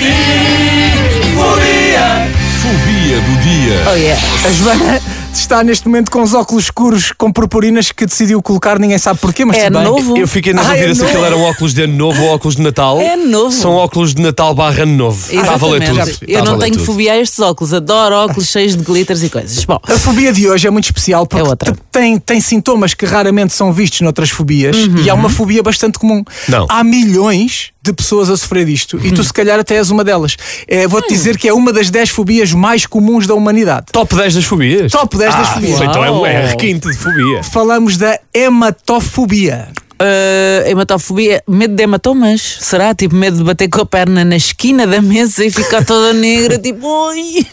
ti, fobia. Fobia do dia. Oh yeah. A Joana está neste momento com os óculos escuros com purpurinas que decidiu colocar, ninguém sabe porquê, mas É tudo bem. novo? Eu fiquei na Ah, dúvida é se novo. aquilo era um óculos de ano novo ou óculos de Natal. É novo. São óculos de Natal barra ano novo. Está a valer tudo. Exatamente. Está Eu a não valer tenho tudo. fobia a estes óculos, adoro óculos cheios de glitters e coisas. Bom, A fobia de hoje é muito especial É porque outra. te- tem, tem sintomas que raramente são vistos noutras fobias Uhum. e é uma fobia bastante comum. Não. Há milhões de pessoas a sofrer disto e Uhum. tu, se calhar, até és uma delas. É, Vou-te Hum. dizer que é uma das 10 fobias mais comuns da humanidade. Top 10 das fobias. Top 10 das Ah, fobias. isso Então é um Oh. é requinte de fobia. Falamos da hematofobia. eh, hematofobia, medo de hematomas, será? Tipo, medo de bater com a perna na esquina da mesa e ficar toda negra, tipo, ui.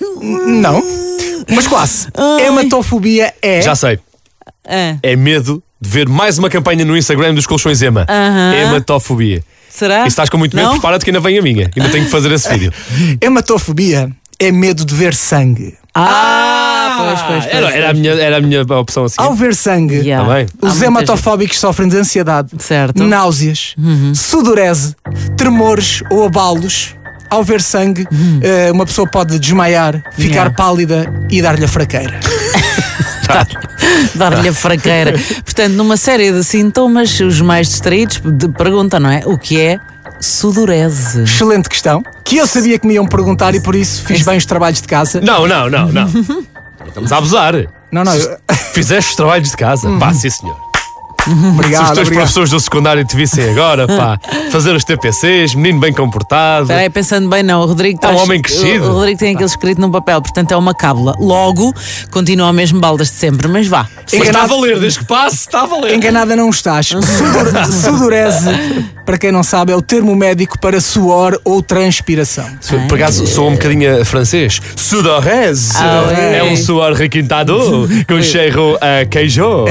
Não, mas quase. Ai. Hematofobia é. Já sei. Ah, É medo de ver mais uma campanha no Instagram dos colchões Ema. Aham. Hematofobia. será? E se estás com muito medo, Não? prepara-te que ainda vem a minha. Ainda tenho que fazer esse vídeo. Hematofobia é medo de ver sangue. Ah, pois, pois, pois. Era, era a, minha, era a minha opção assim. Ao ver sangue, É. Yeah. Tá bem. Há Os muita hematofóbicos sofrem de ansiedade, Certo. Uhum. náuseas, sudorese, tremores ou abalos. Ao ver sangue, eh, uma pessoa pode desmaiar, ficar Uhum. Yeah. pálida e dar-lhe a fraqueira. Dar-lhe a fraqueira. Portanto, numa série de sintomas, os mais distraídos de- perguntam, não é? O que é sudorese? Excelente questão, que eu sabia que me iam perguntar e por isso fiz bem os trabalhos de casa. Não, não, não, não. Estamos a abusar. Não, não, eu- Fizeste os trabalhos de casa. Pá, sim, senhor. Se os obrigado, teus obrigado. professores do secundário te vissem agora, pá, fazer os TPCs, menino bem comportado. Espera aí, pensando bem, não. O Rodrigo É um traz- homem crescido. O, o Rodrigo tem aquilo escrito num papel, portanto é uma cábula. Logo, continua o mesmo baldas de sempre, mas vá. Mas está a Enganado- valer, desde que passe, está a valer. Enganada não estás. Uhum. Sudor- Sudorese, para quem não sabe, é o termo médico para suor ou transpiração. Se- Por acaso sou um bocadinho francês. Sudorese. Ah, é ok. um suor requintado com cheiro a queijo.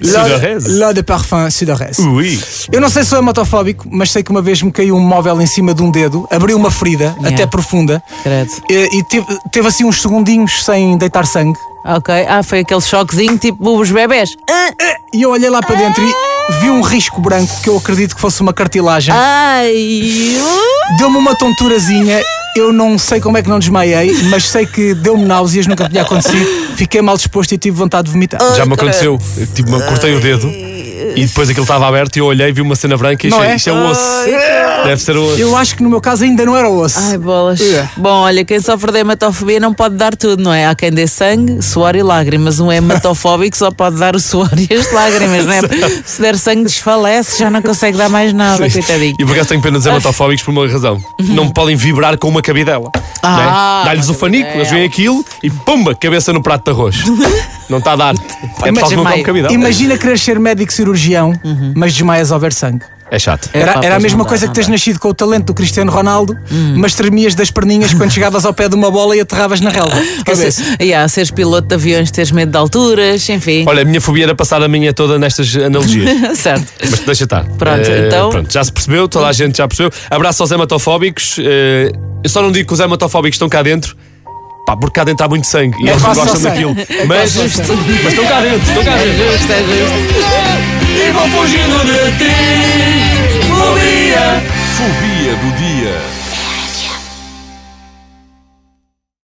Sudorese. Lá de parfum sudorese. Ui. Eu não sei se sou hematofóbico, mas sei que uma vez me caiu um móvel em cima de um dedo, abriu uma ferida, Yeah. até profunda, Credo. e, e teve, teve assim uns segundinhos sem deitar sangue. Ok. Ah, foi aquele choquezinho tipo os bebés. E eu olhei lá para dentro e vi um risco branco que eu acredito que fosse uma cartilagem. Ai. uh. Deu-me uma tonturazinha. Eu não sei como é que não desmaiei, mas sei que deu-me náuseas, nunca tinha acontecido. Fiquei mal disposto e tive vontade de vomitar. Já me aconteceu. Eu, Tipo, me cortei o dedo e depois aquilo estava aberto e eu olhei e vi uma cena branca e Não achei é? isto é um osso. Deve ser um osso. Eu acho que no meu caso ainda não era osso. Ai, bolas. Yeah. Bom, olha, quem sofre de hematofobia não pode dar tudo, não é? Há quem dê sangue, suor e lágrimas. Um hematofóbico só pode dar o suor e as lágrimas, não é? Se der sangue, desfalece, já não consegue dar mais nada, coitadinho. E por acaso tenho pena dos hematofóbicos por uma razão. Não podem vibrar com uma cabidela. não Ah, é? Dá-lhes o fanico, eles veem aquilo e pumba, cabeça no prato de arroz. não está a dar. É pessoal que não come Imagina- cabidela. Imagina querer ser médico cirurgião, mas desmaias ao ver sangue. É chato. É pá, Era, era a Uhum. pois mesma não dá, coisa não que teres dá. Hum. nascido com o talento do Cristiano Ronaldo, mas tremias das perninhas quando chegavas ao pé de uma bola e aterravas na relva. de Ou Cabeça. seja, yeah, seres piloto de aviões, teres medo de alturas, enfim. Olha, a minha fobia era passar a minha toda nestas analogias. certo. Mas deixa estar. Pronto, Eh, então- Pronto, já se percebeu, toda a gente já percebeu. Abraço aos hematofóbicos. eh, eu só não digo que os hematofóbicos estão cá dentro. Pá, porque cá dentro há muito sangue e eles não quase só gostam sangue. daquilo. Mas, mas estão cá dentro, estão cá dentro. E vou fugindo de ti, fobia. Fobia do dia.